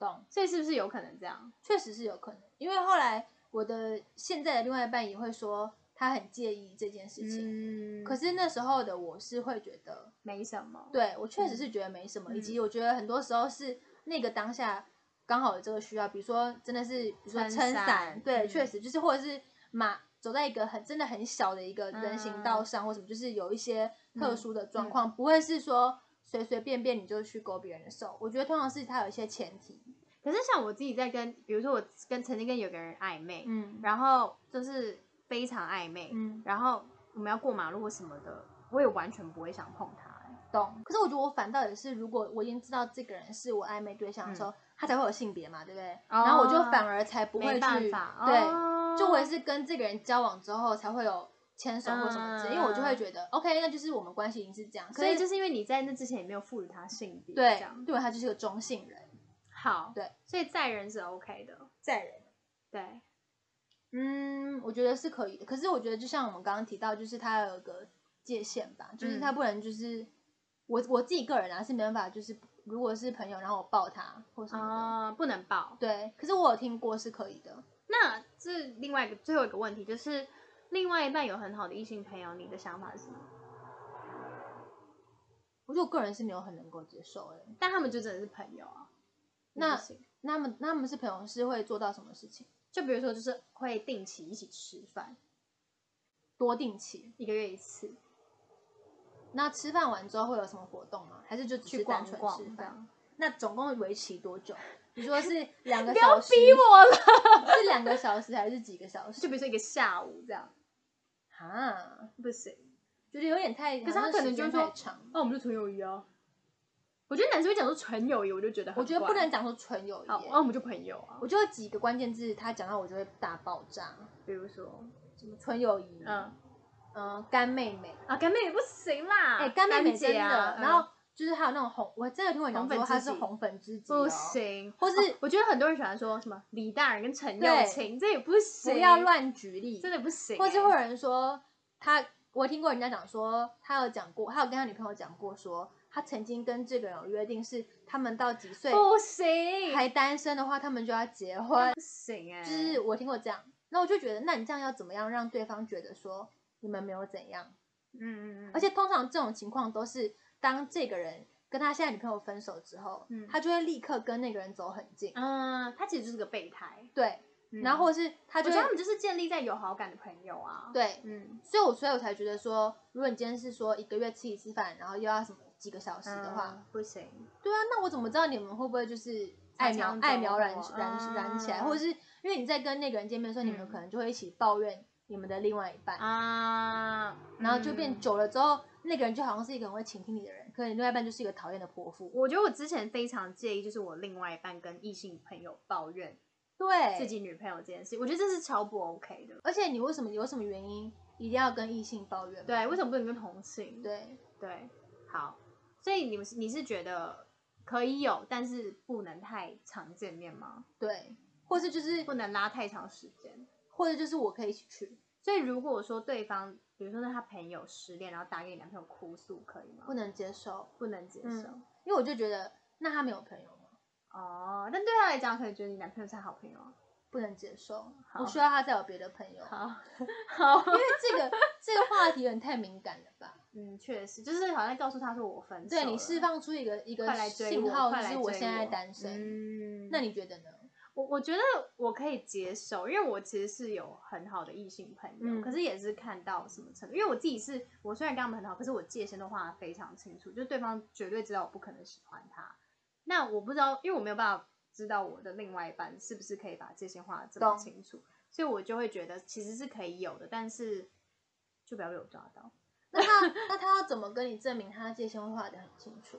Speaker 2: 懂。
Speaker 1: 所以是不是有可能这样？
Speaker 2: 确实是有可能，因为后来我的现在的另外一半也会说他很介意这件事情，
Speaker 1: 嗯
Speaker 2: 可
Speaker 1: 可是
Speaker 2: 是那时候的我是会觉得，
Speaker 1: 没什么，
Speaker 2: 对我确实是觉得没什么，
Speaker 1: 嗯
Speaker 2: 以及我觉得很多时候是那个当下刚好有这个需要，比如说真的是，比如说
Speaker 1: 撑
Speaker 2: 撑伞
Speaker 1: 伞，
Speaker 2: 对，
Speaker 1: 嗯
Speaker 2: 确实就是或者是马走在一个很真的很小的一个人行道
Speaker 1: 嗯
Speaker 2: 上或什么，就是有一些特殊的状况，不会是说随随便便你就去勾别人的手，我觉得通常是他有一些前提，
Speaker 1: 可是像我自己在跟，比如说我跟曾经跟有个人暧昧，
Speaker 2: 嗯
Speaker 1: 然后就是非常暧昧，
Speaker 2: 嗯，
Speaker 1: 然后我们要过马路或什么的，我也完全不会想碰他、欸
Speaker 2: 懂。可是我觉得我反倒也是，如果我已经知道这个人是我暧昧对象的时候，他才会有性别嘛，对不对？
Speaker 1: 嗯哦
Speaker 2: 然后我就反而才不会
Speaker 1: 没
Speaker 2: 去，
Speaker 1: 办法，
Speaker 2: 对，
Speaker 1: 哦
Speaker 2: 就我也是跟这个人交往之后才会有牵手或什么之类，因为我就会觉得，OK，那就是我们关系已经是这样，
Speaker 1: 所以就是是因为你在那之前也没有赋予他性别，这
Speaker 2: 对
Speaker 1: 样，
Speaker 2: 对我他就是个中性人，
Speaker 1: 好，
Speaker 2: 对，
Speaker 1: 所以载人是 OK 的，
Speaker 2: 在人。
Speaker 1: 对，
Speaker 2: 嗯，我觉得是可以的。可是我觉得，就像我们刚刚提到，就是它有个界限吧，就是它
Speaker 1: 嗯
Speaker 2: 不能就是、我我自己个人啊是没办法，就是如果是朋友，然后我抱他或什么的，
Speaker 1: 啊、不能抱。
Speaker 2: 对。可是我有听过是可以的，
Speaker 1: 那这另外一个最后一个问题就是，另外一半有很好的异性朋友，你的想法是什么？
Speaker 2: 我觉得我个人是没有很能够接受的。
Speaker 1: 但他们就真的是朋友啊，你
Speaker 2: 那
Speaker 1: 不行
Speaker 2: 那他们那他们是朋友是会做到什么事情？
Speaker 1: 就比如说就是会定期一起吃饭，
Speaker 2: 多定期。
Speaker 1: 一个月一次，
Speaker 2: 那吃饭完之后会有什么活动吗？还是就只
Speaker 1: 去
Speaker 2: 是单
Speaker 1: 逛
Speaker 2: 纯
Speaker 1: 逛
Speaker 2: 吃
Speaker 1: 这
Speaker 2: 饭？
Speaker 1: 样。
Speaker 2: 那总共为期多久？你
Speaker 1: (laughs)
Speaker 2: 说是两个
Speaker 1: 不要
Speaker 2: 小时？
Speaker 1: 逼我了，
Speaker 2: 是两个小时还是几个小时？
Speaker 1: (laughs) 就比如说一个下午这样，
Speaker 2: 啊，
Speaker 1: 不行。
Speaker 2: 觉得有点太，
Speaker 1: 可是他可能就是
Speaker 2: 是
Speaker 1: 说
Speaker 2: 太长。
Speaker 1: 那、我们就纯友谊啊。我觉得男生会讲说纯友谊，我就觉得很
Speaker 2: 我觉得
Speaker 1: 怪
Speaker 2: 不能讲说纯友谊
Speaker 1: 好，
Speaker 2: 耶，
Speaker 1: 那我们就朋友啊
Speaker 2: 我。就有几个关键字，他讲到我就会大爆炸，
Speaker 1: 比如说，
Speaker 2: 什么纯友谊，嗯
Speaker 1: 嗯
Speaker 2: 干妹妹，
Speaker 1: 啊，干妹妹不行啦，
Speaker 2: 哎，干妹妹
Speaker 1: 姐
Speaker 2: 真的，
Speaker 1: 啊
Speaker 2: 然后就是还有那种红，我真的听过人
Speaker 1: 红
Speaker 2: 讲
Speaker 1: 粉
Speaker 2: 说
Speaker 1: 知
Speaker 2: 她是
Speaker 1: 己哦
Speaker 2: 红粉知己，哦
Speaker 1: 不，行。哦
Speaker 2: 或是
Speaker 1: 我觉得很多人喜欢说什么李大人跟陈
Speaker 2: 对
Speaker 1: 友情，这也不行，
Speaker 2: 不要，乱举例，
Speaker 1: 真的不行欸、
Speaker 2: 或是会有人说他，我听过人家讲说，他有讲过，他有跟他女朋友讲过说，他曾经跟这个人有约定是，他们到几岁
Speaker 1: 不行，
Speaker 2: 还单身的话，他们就要结婚。
Speaker 1: 不行哎、
Speaker 2: 就是我听过这样，那我就觉得，那你这样要怎么样让对方觉得说你们没有怎样？
Speaker 1: 嗯嗯嗯，
Speaker 2: 而且通常这种情况都是当这个人跟他现在女朋友分手之后，
Speaker 1: 嗯
Speaker 2: 他就会立刻跟那个人走很近，
Speaker 1: 嗯，他其实就是个备胎，
Speaker 2: 对，
Speaker 1: 嗯
Speaker 2: 然后或是他
Speaker 1: 我
Speaker 2: 就
Speaker 1: 觉得他
Speaker 2: 会
Speaker 1: 们就是建立在有好感的朋友啊，，
Speaker 2: 对，
Speaker 1: 嗯，
Speaker 2: 所以我所以我才觉得说，如果你今天是说一个月吃一次饭，然后又要什么几个小时的话，
Speaker 1: 嗯不行，
Speaker 2: 对啊，那我怎么知道你们会不会就是爱
Speaker 1: 擦枪
Speaker 2: 苗
Speaker 1: 走
Speaker 2: 爱苗燃
Speaker 1: 火
Speaker 2: 燃燃起来，
Speaker 1: 嗯
Speaker 2: 或者是因为你在跟那个人见面的时候，你们
Speaker 1: 嗯
Speaker 2: 可能就会一起抱怨你们的另外一半，
Speaker 1: 啊，
Speaker 2: 然后就变
Speaker 1: 嗯
Speaker 2: 久了之后，那个人就好像是一个很会倾听你的人，可是你另外一半就是一个讨厌的泼妇，
Speaker 1: 我觉得我之前非常介意，就是我另外一半跟异性朋友抱怨
Speaker 2: 对
Speaker 1: 自己女朋友这件事，我觉得这是超不 OK 的。
Speaker 2: 而且你为什么有什么原因一定要跟异性抱怨？
Speaker 1: 对，为什么不能跟同性？
Speaker 2: 对，
Speaker 1: 对，好，所以你们是你是觉得可以有，但是不能太常见面吗？
Speaker 2: 对，或是就是
Speaker 1: 不能拉太长时间。
Speaker 2: 或者就是我可以一起去，
Speaker 1: 所以如果说对方，比如说是他朋友失恋，然后打给你男朋友哭诉，可以吗
Speaker 2: 不？能接受，
Speaker 1: 不能接受、
Speaker 2: 嗯因为我就觉得那他没有朋友吗？
Speaker 1: 哦，但对他来讲，可能觉得你男朋友是好朋友啊。
Speaker 2: 不能接受，
Speaker 1: 好
Speaker 2: 我需要他再有别的朋友。
Speaker 1: 好， (laughs) 好，
Speaker 2: 因为这
Speaker 1: (laughs)
Speaker 2: 个这个话题有点太敏感了吧？
Speaker 1: 嗯，确实，就是好像告诉他说我分手
Speaker 2: 对你
Speaker 1: 了
Speaker 2: 释放出一个一个
Speaker 1: 快来追
Speaker 2: 信
Speaker 1: 我
Speaker 2: 号，
Speaker 1: 快
Speaker 2: 就
Speaker 1: 来
Speaker 2: 是
Speaker 1: 追
Speaker 2: 我
Speaker 1: 我
Speaker 2: 现在单身，
Speaker 1: 嗯，
Speaker 2: 那你觉得呢？
Speaker 1: 我我觉得我可以接受，因为我其实是有很好的异性朋友，
Speaker 2: 嗯
Speaker 1: 可是也是看到什么程度。因为我自己是我虽然跟他们很好，可是我界限都画的非常清楚，就是对方绝对知道我不可能喜欢他。那我不知道，因为我没有办法知道我的另外一半是不是可以把界限画的这么
Speaker 2: 懂
Speaker 1: 清楚，所以我就会觉得其实是可以有的，但是就不要被我抓到。
Speaker 2: 那他那他要怎么跟你证明他界限会画的很清
Speaker 1: (laughs)
Speaker 2: 楚？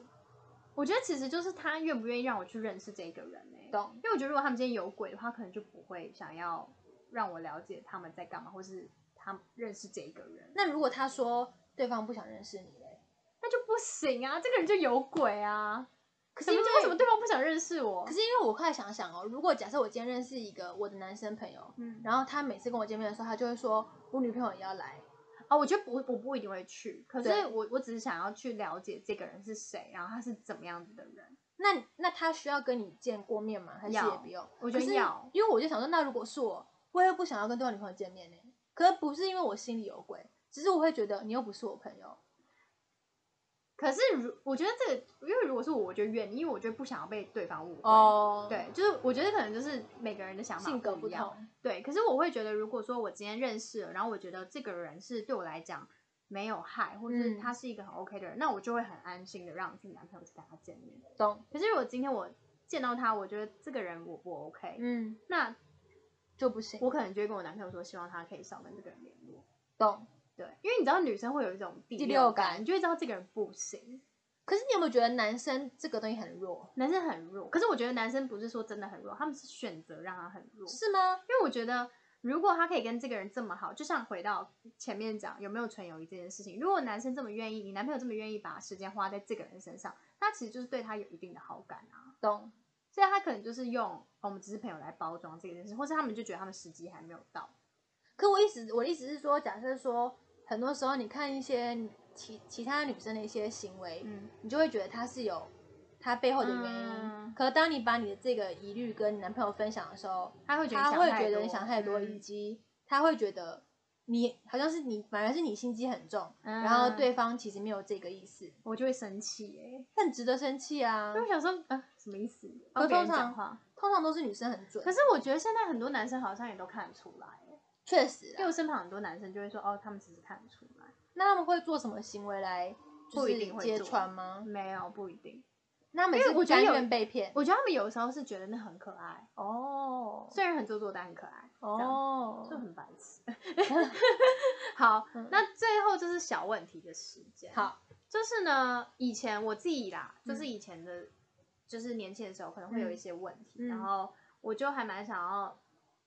Speaker 1: 我觉得其实就是他愿不愿意让我去认识这个人呢、
Speaker 2: 懂
Speaker 1: 因为我觉得如果他们今天有鬼的话，可能就不会想要让我了解他们在干嘛，或是他认识这一个人，
Speaker 2: 那如果他说对方不想认识你嘞，
Speaker 1: 那就不行啊，这个人就有鬼啊。
Speaker 2: 可
Speaker 1: 什
Speaker 2: 因
Speaker 1: 么
Speaker 2: 为
Speaker 1: 叫为什么对方不想认识我？
Speaker 2: 可是因为我后来想想哦，如果假设我今天认识一个我的男生朋友，
Speaker 1: 嗯，
Speaker 2: 然后他每次跟我见面的时候，他就会说我女朋友也要来，
Speaker 1: 哦，我觉得不，我不一定会去，可
Speaker 2: 对
Speaker 1: 是我我只是想要去了解这个人是谁，然后他是怎么样子的人。
Speaker 2: 那那他需要跟你见过面吗？还是
Speaker 1: 要
Speaker 2: 也不用？
Speaker 1: 我觉得
Speaker 2: 可是
Speaker 1: 要
Speaker 2: 因为我就想说，那如果是我，我也不想要跟对方女朋友见面呢、可是不是因为我心里有鬼，只是我会觉得你又不是我朋友。
Speaker 1: 可是如我觉得这个，因为如果是我，我就愿意，因为我觉得不想要被对方误会。，
Speaker 2: 哦，
Speaker 1: 对，就是我觉得可能就是每个人的想法
Speaker 2: 性格
Speaker 1: 不
Speaker 2: 不
Speaker 1: 一样。
Speaker 2: 同，
Speaker 1: 对，可是我会觉得，如果说我今天认识了，然后我觉得这个人是对我来讲没有害，或是
Speaker 2: 嗯
Speaker 1: 他是一个很 OK 的人，那我就会很安心的让自己男朋友去跟他见面。
Speaker 2: 懂？
Speaker 1: 可是如果今天我见到他，我觉得这个人我不 OK，、
Speaker 2: 嗯，
Speaker 1: 那
Speaker 2: 就不行，
Speaker 1: 我可能就会跟我男朋友说，希望他可以少跟这个人联络。
Speaker 2: 懂。
Speaker 1: 对，因为你知道女生会有一种第
Speaker 2: 第
Speaker 1: 六
Speaker 2: 六
Speaker 1: 感，
Speaker 2: 感
Speaker 1: 你就会知道这个人不行。
Speaker 2: 可是你有没有觉得男生这个东西很弱？
Speaker 1: 男生很弱，可是我觉得男生不是说真的很弱，他们是选择让他很弱。
Speaker 2: 是吗？
Speaker 1: 因为我觉得，如果他可以跟这个人这么好，就像回到前面讲有没有纯友谊这件事情，如果男生这么愿意，你男朋友这么愿意把时间花在这个人身上，那其实就是对他有一定的好感啊。
Speaker 2: 懂？
Speaker 1: 所以他可能就是用、哦我们只是朋友来包装这件事，或是他们就觉得他们时机还没有到。
Speaker 2: 可我意思，我的意思是说，假设说，很多时候你看一些其其他女生的一些行为，
Speaker 1: 嗯，
Speaker 2: 你就会觉得她是有她背后的原因。
Speaker 1: 嗯
Speaker 2: 可当你把你的这个疑虑跟你男朋友分享的时候，
Speaker 1: 嗯他会觉得
Speaker 2: 他
Speaker 1: 想
Speaker 2: 会
Speaker 1: 太
Speaker 2: 觉得
Speaker 1: 多
Speaker 2: 你想太多，以
Speaker 1: 嗯
Speaker 2: 及他会觉得你好像是你，反而是你心机很重，
Speaker 1: 嗯
Speaker 2: 然后对方其实没有这个意思，
Speaker 1: 我就会生气哎、
Speaker 2: 很值得生气啊
Speaker 1: 因。为我想说，呃，什么意思？帮
Speaker 2: 可
Speaker 1: 别人
Speaker 2: 通常
Speaker 1: 讲话，
Speaker 2: 通常都是女生很准
Speaker 1: 可，是我觉得现在很多男生好像也都看得出来欸，
Speaker 2: 确实
Speaker 1: 因为
Speaker 2: 啊。
Speaker 1: 我身旁很多男生就会说，哦，他们只是看得出来，
Speaker 2: 那他们会做什么行为来就
Speaker 1: 不一
Speaker 2: 是
Speaker 1: 定会
Speaker 2: 揭
Speaker 1: 做
Speaker 2: 穿吗？
Speaker 1: 没有不一定。
Speaker 2: 那每
Speaker 1: 因为
Speaker 2: 次
Speaker 1: 我觉得
Speaker 2: 甘
Speaker 1: 有
Speaker 2: 愿被骗
Speaker 1: 我觉得他们有时候是觉得那很可爱，
Speaker 2: 哦
Speaker 1: 虽然很做作，但很可爱，
Speaker 2: 哦
Speaker 1: 就很白
Speaker 2: (laughs)
Speaker 1: 痴。好
Speaker 2: 嗯，
Speaker 1: 那最后就是小问题的时间。，
Speaker 2: 好，
Speaker 1: 就是呢，以前我自己啦，就是
Speaker 2: 嗯
Speaker 1: 以前的，就是年轻的时候可能会有一些问题，
Speaker 2: 嗯
Speaker 1: 然后我就还蛮想要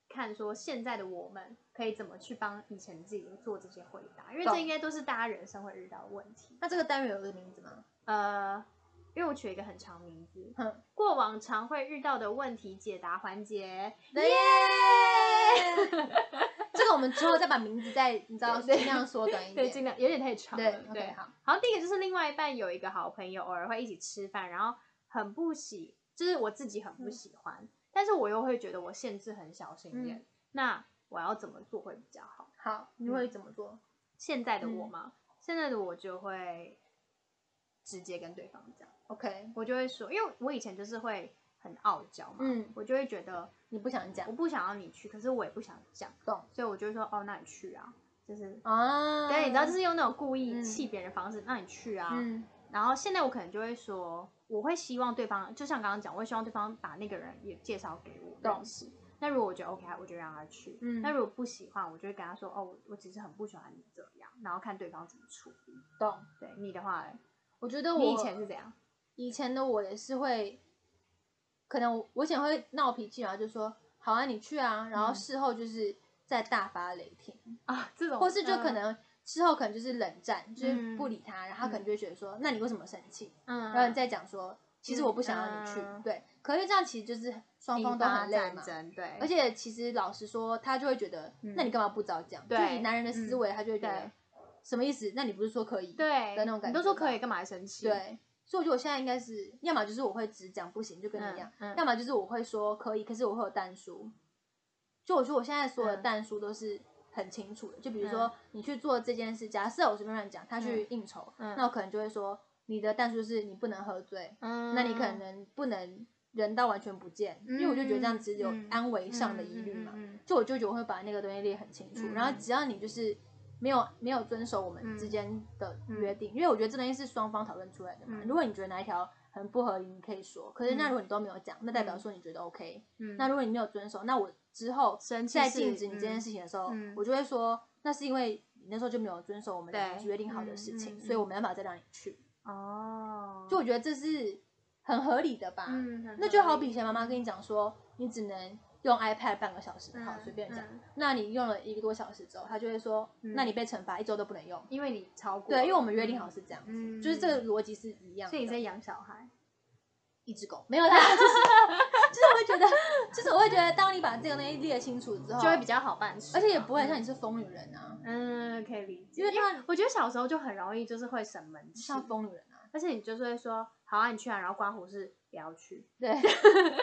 Speaker 1: 看说现在的我们可以怎么去帮以前自己做这些回答，因为这
Speaker 2: 懂
Speaker 1: 应该都是大家人生会遇到的问题。
Speaker 2: 那这个单元有个名字吗？
Speaker 1: 呃，因为我取了一个很长名字，
Speaker 2: 哼，
Speaker 1: 过往常会遇到的问题解答环节。
Speaker 2: 耶！
Speaker 1: (laughs)
Speaker 2: 这个我们之后再把名字再你知道
Speaker 1: 对
Speaker 2: 尽量缩短一
Speaker 1: 对，
Speaker 2: 点。
Speaker 1: 尽量有点太长
Speaker 2: 对
Speaker 1: 了。
Speaker 2: ，OK，
Speaker 1: 对，
Speaker 2: 好。
Speaker 1: 好像第一个就是另外一半有一个好朋友，偶尔会一起吃饭，然后很不喜，就是我自己很
Speaker 2: 嗯
Speaker 1: 不喜欢，但是我又会觉得我限制很小心
Speaker 2: 嗯
Speaker 1: 眼，那我要怎么做会比较好？
Speaker 2: 好，你会怎么做？
Speaker 1: 现在的我
Speaker 2: 嗯
Speaker 1: 吗？现在的我就会直接跟对方讲，
Speaker 2: OK，
Speaker 1: 我就会说，因为我以前就是会很傲娇嘛，
Speaker 2: 嗯
Speaker 1: 我就会觉得
Speaker 2: 你不想讲
Speaker 1: 我，不想要你去，可是我也不想讲，
Speaker 2: 懂
Speaker 1: 所以我就会说，哦，那你去啊，就是。
Speaker 2: 啊？
Speaker 1: 对，你知道，就是用那种故意
Speaker 2: 嗯
Speaker 1: 气别人的方式，那你去啊。
Speaker 2: 嗯，
Speaker 1: 然后现在我可能就会说，我会希望对方，就像刚刚讲，我会希望对方把那个人也介绍给我
Speaker 2: 懂
Speaker 1: 认识。那如果我觉得 OK，我啊就让他去。
Speaker 2: 嗯
Speaker 1: 那如果不喜欢，我就会跟他说，哦，我我只是很不喜欢你这样，然后看对方怎么处理。
Speaker 2: 懂。
Speaker 1: 对你的话嘞，
Speaker 2: 我觉得我
Speaker 1: 你以前是怎样？
Speaker 2: 以前的我也是会，可能我我以前会闹脾气，然后就说好啊，你去啊，然后
Speaker 1: 嗯
Speaker 2: 事后就是再大发雷霆，
Speaker 1: 啊，这种，
Speaker 2: 或是就
Speaker 1: 嗯
Speaker 2: 可，能事后可能就是冷战，就是
Speaker 1: 嗯
Speaker 2: 不理他，然后他可能就会觉得说，那你为什么生气？
Speaker 1: 嗯，
Speaker 2: 然后你再讲说，其实我不想要你去，
Speaker 1: 嗯
Speaker 2: 对。可是这样其实就是双
Speaker 1: 引
Speaker 2: 方都
Speaker 1: 发
Speaker 2: 很累
Speaker 1: 战
Speaker 2: 嘛。
Speaker 1: 争，对，
Speaker 2: 而且其实老实说，他就会觉得，
Speaker 1: 嗯
Speaker 2: 那你干嘛不早讲？就
Speaker 1: 对
Speaker 2: 以男人的思
Speaker 1: 嗯
Speaker 2: 维，他就会觉得
Speaker 1: 对
Speaker 2: 什么意思？那你不是说可以？
Speaker 1: 对
Speaker 2: 的那种感
Speaker 1: 你都说
Speaker 2: 觉
Speaker 1: 可
Speaker 2: 吧
Speaker 1: 以，干嘛还生气？，
Speaker 2: 对，所以我觉得我现在应该是，要么就是我会只讲不行，就跟你一样；
Speaker 1: 嗯嗯
Speaker 2: 要么就是我会说可以，可是我会有淡书。就我觉得我现在所有的
Speaker 1: 嗯
Speaker 2: 淡书都是很清楚的，就比如说你去做这件事，假设我随便乱讲，他去应酬，
Speaker 1: 嗯
Speaker 2: 那我可能就会说你的淡书是你不能喝醉，
Speaker 1: 嗯，
Speaker 2: 那你可能不能人到完全不见，
Speaker 1: 嗯，
Speaker 2: 因为我就觉得这样子有
Speaker 1: 嗯
Speaker 2: 安危上的疑虑嘛。
Speaker 1: 嗯嗯嗯嗯
Speaker 2: 就我舅舅会把那个东西列很清楚，
Speaker 1: 嗯
Speaker 2: 然后只要你就是没有没有遵守我们
Speaker 1: 嗯
Speaker 2: 之间的
Speaker 1: 嗯
Speaker 2: 约定，因为我觉得这东西是双方讨论出来的嘛。
Speaker 1: 嗯
Speaker 2: 如果你觉得哪一条很不合理，你可以说，可是那
Speaker 1: 嗯
Speaker 2: 如果你都没有讲，那代表
Speaker 1: 嗯
Speaker 2: 说你觉得 OK、
Speaker 1: 嗯
Speaker 2: 那如果你没有遵守，那我之后
Speaker 1: 生气
Speaker 2: 在
Speaker 1: 是
Speaker 2: 禁止你这件
Speaker 1: 嗯
Speaker 2: 事情的时候，
Speaker 1: 嗯
Speaker 2: 我就会说，那是因为你那时候就没有遵守我们两个
Speaker 1: 对
Speaker 2: 约定好的
Speaker 1: 嗯
Speaker 2: 事情，
Speaker 1: 嗯
Speaker 2: 所以我没办法再让你去。
Speaker 1: 哦，
Speaker 2: 就我觉得这是很合理的吧。
Speaker 1: 嗯，很
Speaker 2: 那就
Speaker 1: 合
Speaker 2: 好
Speaker 1: 理
Speaker 2: 比以前妈妈跟你讲说，你只能用 iPad 半个小时，好
Speaker 1: 嗯
Speaker 2: 随便讲。
Speaker 1: 嗯
Speaker 2: 那你用了一个多小时之后，他就会说，
Speaker 1: 嗯
Speaker 2: 那你被惩罚一周都不能用。
Speaker 1: 因为你超过了，
Speaker 2: 对，因为我们约定好是这样，
Speaker 1: 嗯
Speaker 2: 就是这个逻辑是一样
Speaker 1: 所以你在
Speaker 2: 的。
Speaker 1: 养小孩，
Speaker 2: 一只狗没有啦，就是 (laughs) 就是我会觉得，就是我会觉得，当你把这个东西列清楚之后，
Speaker 1: 就会比，较好办事，
Speaker 2: 嗯而且也不会像
Speaker 1: 你，
Speaker 2: 你是疯女人啊，
Speaker 1: 嗯，可以理解，
Speaker 2: 因为
Speaker 1: 因为
Speaker 2: 他
Speaker 1: 我觉得小时候就很容易就是会生闷气，
Speaker 2: 像疯女人
Speaker 1: (laughs)
Speaker 2: 啊。
Speaker 1: 而且你就是会说，好啊，你去啊，然后刮胡是不要去，
Speaker 2: 对，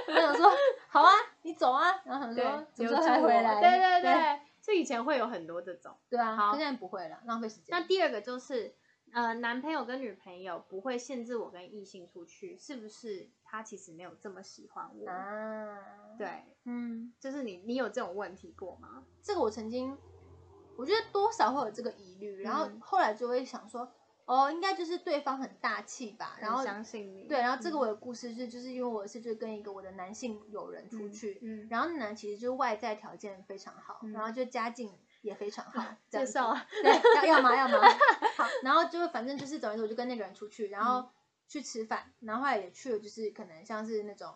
Speaker 2: 他想说好啊，你走啊，然后想说什么
Speaker 1: 留
Speaker 2: 时候
Speaker 1: 住
Speaker 2: 才
Speaker 1: 我
Speaker 2: 回来？
Speaker 1: 对对对，就以前会有很多这种。
Speaker 2: 对啊，
Speaker 1: 好
Speaker 2: 可现在不会了，浪费时间。
Speaker 1: 那第二个就是，呃，男朋友跟女朋友不会限制我跟异性出去，是不是他其实没有这么喜欢我？
Speaker 2: 啊，，
Speaker 1: 对，
Speaker 2: 嗯，
Speaker 1: 就是你，你有这种问题过吗？
Speaker 2: 这个我曾经，我觉得多少会有这个疑虑，然后
Speaker 1: 嗯
Speaker 2: 后来就会想说，哦，应该就是对方很大气吧，然后
Speaker 1: 很相信你，
Speaker 2: 对，然后这个
Speaker 1: 嗯
Speaker 2: 我有故事是，就是因为我是就跟一个我的男性友人出去，
Speaker 1: 嗯，
Speaker 2: 然后呢，其实就外在条件非常好，
Speaker 1: 嗯
Speaker 2: 然后就家境也
Speaker 1: (laughs)
Speaker 2: 非常好，
Speaker 1: 介
Speaker 2: 这样子
Speaker 1: 绍啊，
Speaker 2: 对，要要嘛要
Speaker 1: (laughs)
Speaker 2: 嘛，好，然后就反正就是总而言之，我就跟那个人出
Speaker 1: 嗯
Speaker 2: 去，然后去吃饭，然后后来也去了，就是可能像是那种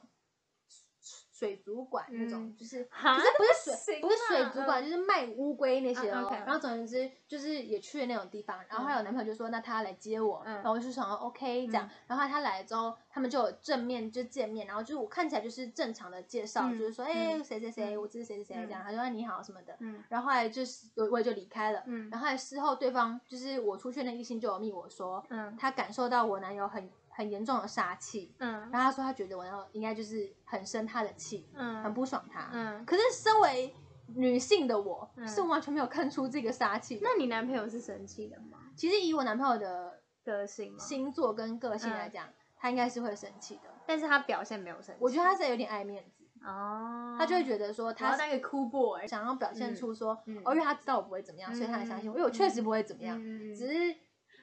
Speaker 2: 水水族馆那种，
Speaker 1: 嗯
Speaker 2: 就是
Speaker 1: 哈
Speaker 2: 不是不是
Speaker 1: 行啊
Speaker 2: 水不是水族馆，就是卖乌龟那些
Speaker 1: 嗯
Speaker 2: 哦。
Speaker 1: ，OK
Speaker 2: 然后总而言之，就是也去了那种地方。然后后来我男朋友就说，那他来接我，
Speaker 1: 嗯
Speaker 2: 然后我就想说 OK 这样。然后他来了之后，他们就有正面就见面，然后就是我看起来就是正常的介绍，
Speaker 1: 嗯
Speaker 2: 就是说，哎、
Speaker 1: 嗯
Speaker 2: 谁谁谁，
Speaker 1: 嗯
Speaker 2: 我这是谁谁谁
Speaker 1: 嗯
Speaker 2: 这样。他说哎你好什么的。
Speaker 1: 嗯
Speaker 2: 然后后来就是我我也就离开了。
Speaker 1: 嗯
Speaker 2: 然后后来事后对方就是我出去那异性就有密我说，
Speaker 1: 嗯
Speaker 2: 他感受到我男友很很严重的杀气，
Speaker 1: 嗯
Speaker 2: 然后他说他觉得我男友应该就是很生他的气，
Speaker 1: 嗯，
Speaker 2: 很不爽他。
Speaker 1: 嗯。
Speaker 2: 可是身为女性的我，
Speaker 1: 嗯
Speaker 2: 是完全没有看出这个杀气的。
Speaker 1: 那你男朋友是生气的吗？
Speaker 2: 其实以我男朋友的
Speaker 1: 个性吗？
Speaker 2: 星座跟个性来
Speaker 1: 嗯
Speaker 2: 讲，他应该是会生气的。
Speaker 1: 但是他表现没有生气。
Speaker 2: 我觉得他是有点爱面子，
Speaker 1: 他哦，
Speaker 2: 他就会觉得说
Speaker 1: 我要
Speaker 2: 他
Speaker 1: 当一个 cool boy，
Speaker 2: 想要表现出说，
Speaker 1: 嗯嗯嗯
Speaker 2: 哦，因为他知道我不会怎么样，所以他很相信我，因为我确实不会怎么样，
Speaker 1: 嗯嗯嗯
Speaker 2: 只是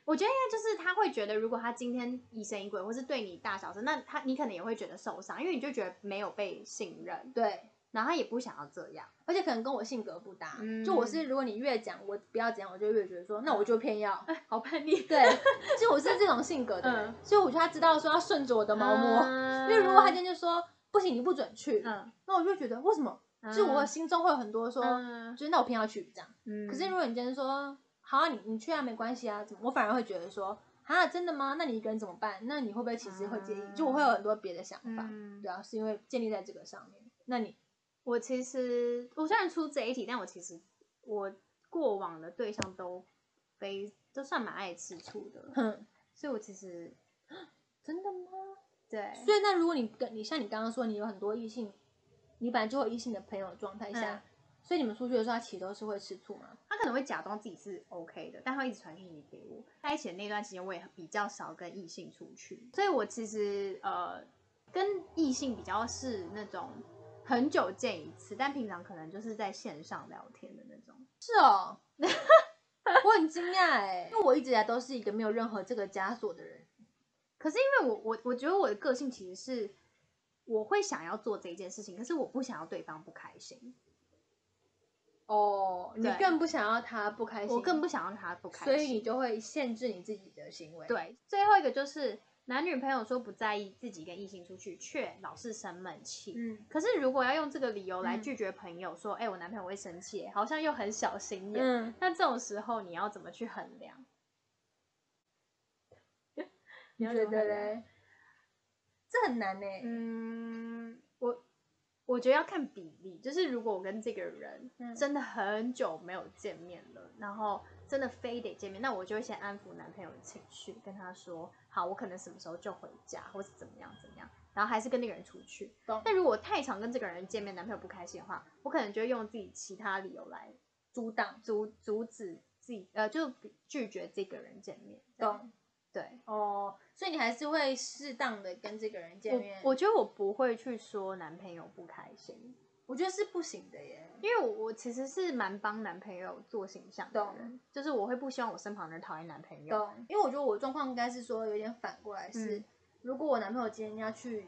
Speaker 1: 我觉得应该就是他会觉得，如果他今天疑神疑鬼，或是对你大小声，那他你可能也会觉得受伤，因为你就觉得没有被信任，
Speaker 2: 对。
Speaker 1: 然后他也不想要这样。 (laughs)
Speaker 2: 而且可能跟我性格不搭。
Speaker 1: 嗯
Speaker 2: 就我是，如果你越讲我不要怎样，我就越觉得说，那我就偏
Speaker 1: (laughs)
Speaker 2: 要。
Speaker 1: 好叛逆，
Speaker 2: 对，就我是这种性格的人，
Speaker 1: 嗯
Speaker 2: 所以我觉得他知道说要顺着我的毛摸。因为如果他今天就说不行，你不准去，
Speaker 1: 嗯，
Speaker 2: 那我就觉得为什么？就是我心中会有很多说，
Speaker 1: 嗯
Speaker 2: 就是那我偏要去这样。
Speaker 1: 嗯，
Speaker 2: 可是如果你今天说好啊，你你去啊，没关系啊，怎么我反而会觉得说啊，真的吗？那你一个人怎么办？那你会不会其实会介意？
Speaker 1: 嗯
Speaker 2: 就我会有很多别的想法，
Speaker 1: 嗯，
Speaker 2: 对啊，是因为建立在这个上面。那你
Speaker 1: 我其实我虽然出这一题，但我其实我过往的对象都非都算蛮爱吃醋的，
Speaker 2: 哼，
Speaker 1: 所以我其实
Speaker 2: 真的吗？
Speaker 1: 对
Speaker 2: 所以那如果你跟你像你刚刚说，你有很多异性，你本来就有异性的朋友的状态下，
Speaker 1: 嗯
Speaker 2: 所以你们出去的时候，他其实都是会吃醋嘛。
Speaker 1: 他可能会假装自己是 OK 的，但他会一直传讯息给我。在一起的那段期间，我也比较少跟异性出去，所以我其实呃跟异性比较是那种很久见一次，但平常可能就是在线上聊天的那种。
Speaker 2: 是哦， (laughs) 我很惊讶哎，因为我一直以来都是一个没有任何这个枷锁的人。
Speaker 1: 可是因为我我我觉得我的个性其实是我会想要做这件事情，可是我不想要对方不开心，
Speaker 2: 哦，你
Speaker 1: 对
Speaker 2: 更不想要他不开心，
Speaker 1: 我更不想要他不开心，
Speaker 2: 所以你就会限制你自己的行为。，
Speaker 1: 对，最后一个就是男女朋友说不在意自己跟异性出去，却老是生闷气。
Speaker 2: 嗯，
Speaker 1: 可是如果要用这个理由来
Speaker 2: 嗯
Speaker 1: 拒绝朋友说，哎、我男朋友会生气耶，好像又很小心眼。
Speaker 2: 嗯，
Speaker 1: 那这种时候你要怎么去衡量？
Speaker 2: 你
Speaker 1: 要
Speaker 2: 觉
Speaker 1: 怎么
Speaker 2: 得
Speaker 1: 衡量？
Speaker 2: 嘞？这很难呢。
Speaker 1: 嗯，我我觉得要看比例，就是如果我跟这个人
Speaker 2: 嗯
Speaker 1: 真的很久没有见面了，然后真的非得见面，那我就会先安抚男朋友的情绪，跟他说，好，我可能什么时候就回家，或是怎么样怎么样，然后还是跟那个人出去
Speaker 2: 懂。
Speaker 1: 但如果太常跟这个人见面，男朋友不开心的话，我可能就会用自己其他理由来
Speaker 2: 阻挡，
Speaker 1: 阻阻止自己，呃，就拒绝这个人见面。这样
Speaker 2: 懂
Speaker 1: 对，
Speaker 2: 哦，所以你还是会适当的跟这个人见面。
Speaker 1: 我我觉得我不会去说男朋友不开心。
Speaker 2: 我觉得是不行的耶。
Speaker 1: 因为我我其实是蛮帮男朋友做形象的人，就是我会不希望我身旁的人讨厌男朋友。
Speaker 2: 懂，因为我觉得我状况应该是说有点反过来是，
Speaker 1: 嗯
Speaker 2: 如果我男朋友今天要去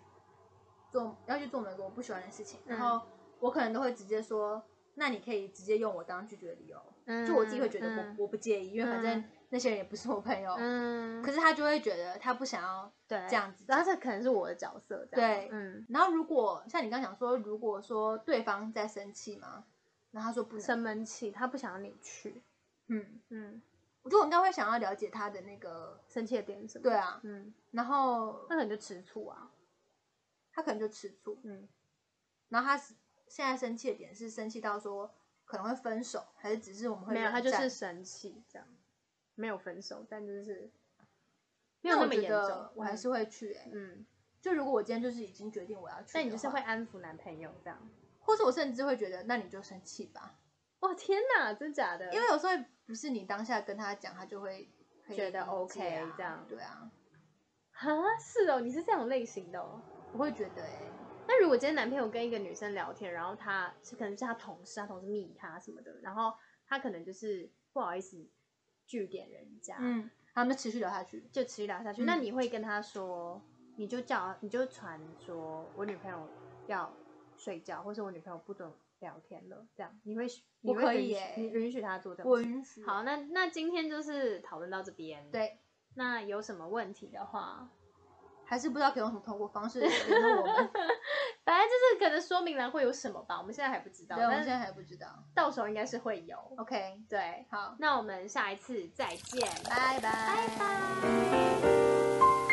Speaker 2: 做要去做某个我不喜欢的事情，
Speaker 1: 嗯
Speaker 2: 然后我可能都会直接说，那你可以直接用我刚刚拒绝的理由，
Speaker 1: 嗯
Speaker 2: 就我自己会觉得我、
Speaker 1: 嗯
Speaker 2: 我不介意，因为反正那些人也不是我朋友，
Speaker 1: 嗯，
Speaker 2: 可是他就会觉得他不想要。
Speaker 1: 对
Speaker 2: 这样子
Speaker 1: 然后这可能是我的角色，这样
Speaker 2: 对
Speaker 1: 嗯，
Speaker 2: 然后如果像你刚讲说，如果说对方在生气嘛，然后他说不能，
Speaker 1: 生闷气，他不想让你去，
Speaker 2: 嗯，
Speaker 1: 嗯，
Speaker 2: 我觉得我应该会想要了解他的那个，
Speaker 1: 生气的点是什么？
Speaker 2: 对，啊，
Speaker 1: 嗯，
Speaker 2: 然后
Speaker 1: 那可能就吃醋啊，
Speaker 2: 他可能就吃醋，
Speaker 1: 嗯，
Speaker 2: 然后他是现在生气的点是生气到说可能会分手，还是只是我们会
Speaker 1: 没有，
Speaker 2: 冷
Speaker 1: 他就是
Speaker 2: 战
Speaker 1: 生气这样，没有分手，但就是没有
Speaker 2: 那我
Speaker 1: 么
Speaker 2: 觉
Speaker 1: 严
Speaker 2: 得
Speaker 1: 重，
Speaker 2: 我还是会去、欸。
Speaker 1: 嗯，
Speaker 2: 就如果我今天就是已经决定我要去，
Speaker 1: 但你就是会，安抚男朋友这样。
Speaker 2: 或者我甚至会觉得那你就生气吧，
Speaker 1: 哇天哪，真假的？
Speaker 2: 因为有时候不是你当下跟他讲，他就会可以
Speaker 1: 觉得
Speaker 2: 理解
Speaker 1: OK
Speaker 2: 啊
Speaker 1: 这样
Speaker 2: 对啊，
Speaker 1: 啊，是哦，你是这种类型的哦。
Speaker 2: 我会觉得哎、
Speaker 1: 那如果今天男朋友跟一个女生聊天，然后他是可能是他同事，他同事密他什么的，然后他可能就是不好意思据点人家，
Speaker 2: 嗯，他们就持续聊下去。
Speaker 1: 就持续聊下去。
Speaker 2: 嗯
Speaker 1: 那你会跟他说，你就叫你就传说我女朋友要睡觉，或是我女朋友不准聊天了，这样你会你
Speaker 2: 我
Speaker 1: 会
Speaker 2: 可以
Speaker 1: 允许
Speaker 2: 耶
Speaker 1: 你允许他做这种
Speaker 2: 我
Speaker 1: 事？
Speaker 2: 允许。
Speaker 1: 好，，那那今天就是讨论到这边。，
Speaker 2: 对，
Speaker 1: 那有什么问题的话， (laughs)
Speaker 2: 还是不知道可以用什么通过方式联络我们。
Speaker 1: 反正就是可可能说明栏会有什么吧，我们现在还不知道，
Speaker 2: 对，我们
Speaker 1: 但
Speaker 2: 现
Speaker 1: 是
Speaker 2: 在还不知道。
Speaker 1: 到时候应该是会有。
Speaker 2: OK，
Speaker 1: 对，
Speaker 2: 好，
Speaker 1: 那我们下一次再见，
Speaker 2: 拜拜，
Speaker 1: 拜
Speaker 2: 拜
Speaker 1: 拜